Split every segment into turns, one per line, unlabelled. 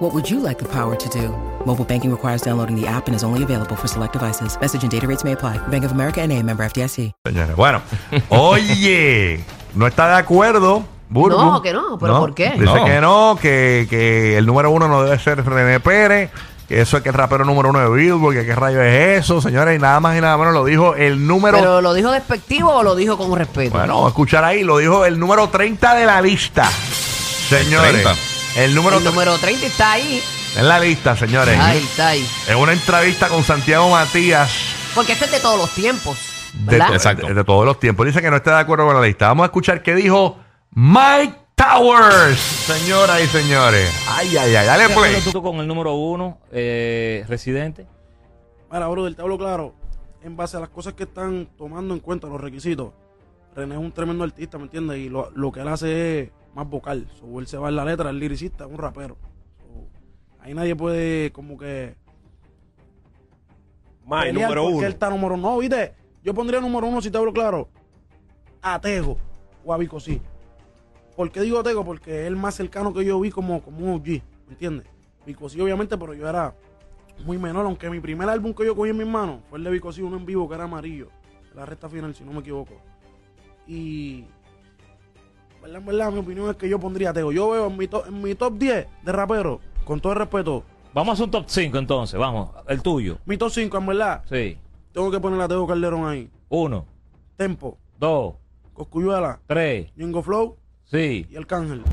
What would you like the power to do? Mobile banking requires downloading the app and is only available for select devices. Message and data rates may apply. Bank of America and a member FDIC.
Señores, Bueno, oye, no está de acuerdo. Burbu.
No, que no, pero ¿por qué?
Dice
No.
que no, que, que el número uno no debe ser René Pérez, que eso es que el rapero número uno de Billboard, que qué rayo es eso, señores, y nada más y nada menos lo dijo el número...
Pero lo dijo despectivo o lo dijo con respeto.
bueno, vamos a escuchar ahí, lo dijo el número 30 de la lista. Señores,
30.
el número,
el número 30 está ahí.
en la lista, señores.
Ahí está ahí.
En una entrevista con Santiago Matías.
Porque este es de todos los tiempos.
de,
¿Verdad?
Exacto.
de- de todos los tiempos. Dice que no está de acuerdo con la lista. Vamos a escuchar qué dijo Mike Towers, señoras y señores. Ay, ay, ay, dale
¿Estás de
play.
acuerdo tú con el número uno, eh, residente?
Mira, brother, te hablo claro. En base a las cosas que están tomando en cuenta, los requisitos, René es un tremendo artista, ¿me entiendes? Y lo, lo que él hace es más vocal. So, él se va en la letra, es liricista, es un rapero. So, ahí nadie puede, como que.
Más el
pelear
número
porque
uno.
Él está número uno. No, viste, yo pondría número uno, si te hablo claro, a Tego o a Vico sí. ¿Por qué digo Tego? Porque es el más cercano que yo vi como, como un OG, ¿me entiendes? Vico sí, obviamente, pero yo era muy menor, aunque mi primer álbum que yo cogí en mis manos fue el de Vico sí, uno en vivo que era amarillo, la recta final, si no me equivoco. Y. ¿Verdad, en verdad? Mi opinión es que yo pondría a Tego. Yo veo en mi, to- en mi top 10 de rapero, con todo el respeto,
Vamos a hacer un top 5 entonces, vamos, el tuyo.
mi top 5, en verdad,
Sí.
tengo que poner a Tego Calderón ahí.
Uno,
Tempo,
dos,
Coscuyuela,
tres,
Ñengo Flow
sí.
y Arcángel.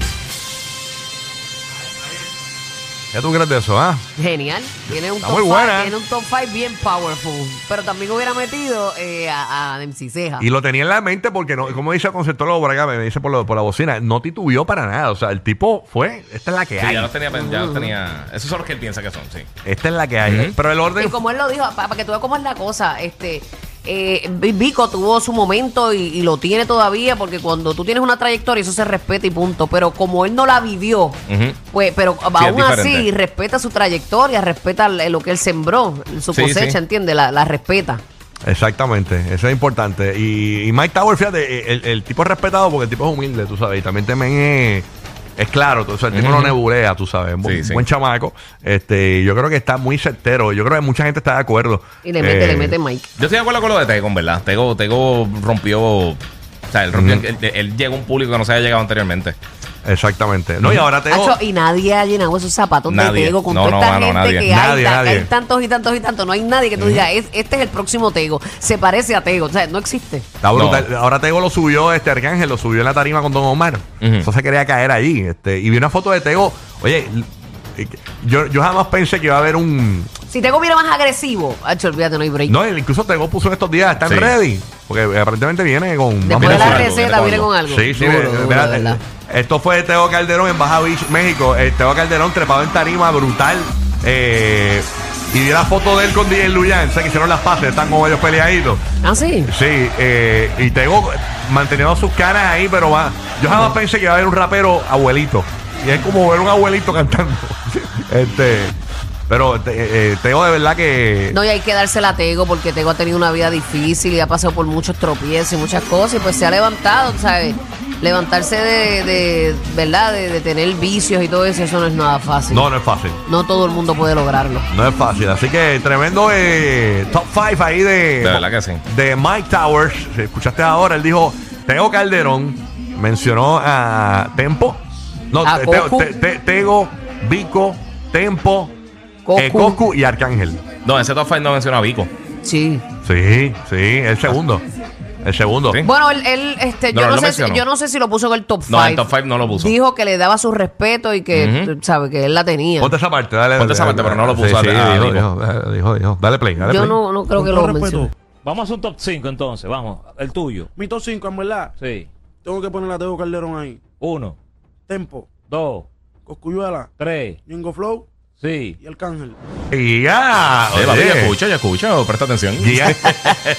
¿Qué tú crees de eso, ah?
Genial. Tiene un,
Está
top
muy
five,
buena.
tiene un top 5 bien powerful. Pero también hubiera metido eh, a, a MC Ceja.
Y lo tenía en la mente porque, no, como dice el conceptólogo por acá, me dice por, lo- por la bocina, no titubeó para nada. O sea, el tipo fue, esta es la que
Sí,
hay.
Ah, ya los tenía, pen- ya los tenía. Esos son los que él piensa que son, sí.
Esta es la que hay.
Ujú.
Pero el
Y
orden...
como él lo dijo, pa- para que tú veas cómo es la cosa, este. eh, Vico tuvo su momento y, y lo tiene todavía porque cuando tú tienes una trayectoria eso se respeta y punto pero como él no la vivió
Ujú.
pues pero
es
aún así
diferente.
respeta su trayectoria respeta le- lo que él sembró su
Sí,
cosecha
sí.
entiende la, la respeta
Exactamente, eso es importante. Y, y Mike Tower, fíjate, el, el tipo es respetado porque el tipo es humilde, tú sabes, y también también es, es claro, tú- o sea, el tipo no nebulea, tú sabes, un buen,
Sí, sí.
buen chamaco. Este, yo creo que está muy certero, yo creo que mucha gente está de acuerdo.
y le mete
Eh,
le mete Mike
Yo estoy de acuerdo con lo de Tego, en ¿verdad? Tego, Tego rompió. O sea, él, rompió,
Ujú.
él, él llegó a un público que no se había llegado anteriormente.
Exactamente. No, y ahora te
Hacho, y nadie ha llenado esos zapatos
Nadie.
de Tego con
No,
toda
no,
esta
mano,
gente
nadie.
que hay,
Nadie,
ta-
nadie.
hay tantos y tantos y tantos. No hay nadie que tú digas, "Es- este es el próximo Tego, se parece a Tego. O sea, no existe.
Está brutal.
No.
Ahora Tego lo subió, este Arcángel, lo subió en la tarima con Don Omar.
Ujú.
Eso se quería caer ahí. Este, y vi una foto de Tego. Oye, l- yo, yo jamás pensé que iba a haber un,
Si Tego viera más agresivo, Hacho, olvídate, no hay break.
No, él incluso Tego puso en estos días, están
Sí.
ready. Porque eh, aparentemente viene con.
Después de
viene con
la
algo,
receta, viene con algo.
Sí, sí,
Duro,
eh,
duro,
espérate.
de verdad.
Esto fue Teo Calderón en Baja Beach, México. Eh, Teo Calderón trepado en tarima, brutal. Eh, y vi la foto de él con DJ Luyan. sé que hicieron las pases, están como ellos peleaditos.
Ah, sí.
Sí, eh, y Tego manteniendo sus caras ahí, pero va. Yo jamás pensé que iba a haber un rapero abuelito. Y es como ver un abuelito cantando. este. Pero te- eh, Tego de verdad que.
No, y hay que dársela a Tego porque Tego ha tenido una vida difícil y ha pasado por muchos tropiezos y muchas cosas y pues se ha levantado, tú ¿sabes? Levantarse de, de- ¿verdad? De, de tener vicios y todo eso, eso no es nada fácil.
No, no es fácil.
no todo el mundo puede lograrlo.
No es fácil. Así que tremendo eh, top 5 ahí de.
De verdad que sí.
De Mike Towers. Si Escuchaste ahora, él dijo Teo Calderón. Mencionó a Tempo. No,
A
Te- Teo-
Cocu.
Te- Te- Tego, Vico, Tempo,
Cocu.
eh, Cocu y Arcángel.
No, ese top five no mencionó a Vico.
Sí.
Sí, sí, el segundo. El segundo.
Sí.
Bueno, él, él, este,
No,
yo,
no
no
lo
sé si,
mencionó.
yo no sé si lo puso en el top 5.
No, en top five no lo puso.
Dijo que le daba su respeto y que,
Ujú.
¿sabe? Que él la tenía.
Ponte esa parte, dale.
Ponte esa
dale,
parte, pero
dale.
no lo puso
Sí, sí,
a- a
dijo,
Vico.
dijo, dijo, dijo. Dale play, dale
Yo
play.
no, no creo que
Con todo
lo mencionó.
Vamos a hacer un top 5 entonces, vamos, el tuyo.
Mi top 5, en verdad,
Sí.
tengo que poner a Tego Calderón ahí.
Uno,
Tempo,
dos,
Coscuyuela,
tres,
Ñengo Flow
Sí.
y Arcángel.
Y ya.
Eh, papi,
oye.
yo escucho, yo escucho, presta atención.
Y ya.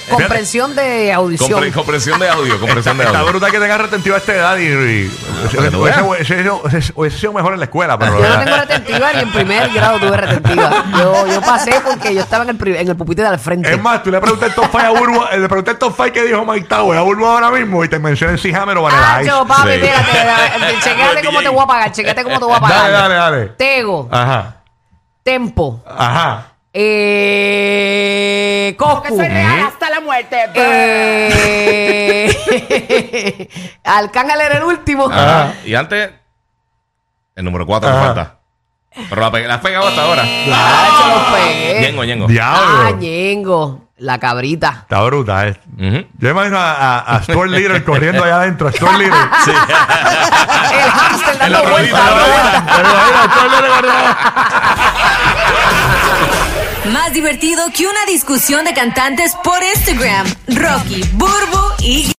Comprensión de audición.
Compre- comprensión de audio, comprensión de
Está
audio.
brutal que tenga retentiva a esta edad y. y-
Ah, para que tú veas.
hubiese- hubiese- hubiese- Hubiese sido mejor en la escuela, pero.
yo no tengo retentiva ni en primer grado tuve retentiva. Yo, yo pasé porque yo estaba en el, pri- en el pupitre de al frente.
Es más, tú le preguntas el top 5 a Burbu, eh, le preguntas el top 5 que dijo Mike Tower a Burbu ahora mismo y te menciona el Hammer o Vanilla
Ah,
Ice.
yo, papi,
Sí.
espérate, espérate, chequéate cómo te voy a pagar, chequéate cómo te voy a pagar.
Dale, dale, Ah. dale.
Tego,
Ajá,
Tempo,
ajá.
eh, Coscu.
hasta la muerte.
Eh, Arcángel era el último.
Ah,
Ajá. Y antes, el número 4 me
Ajá.
falta. Pero la, pe- la has pegado hasta ahora.
Ah, yo lo pegué.
Ñengo, Ñengo.
Ah,
Diablo.
Ñengo, la cabrita.
Está brutal. eh.
Ujú.
Yo imagino a, a, a Stuart Little corriendo allá adentro. A Stuart Little. Sí. Ah,
El hamster
En la
dando
ruedita,
vueltas,
en la
dando
ruedita.
vueltas.
Más divertido que una discusión de cantantes por Instagram. Rocky, Burbu y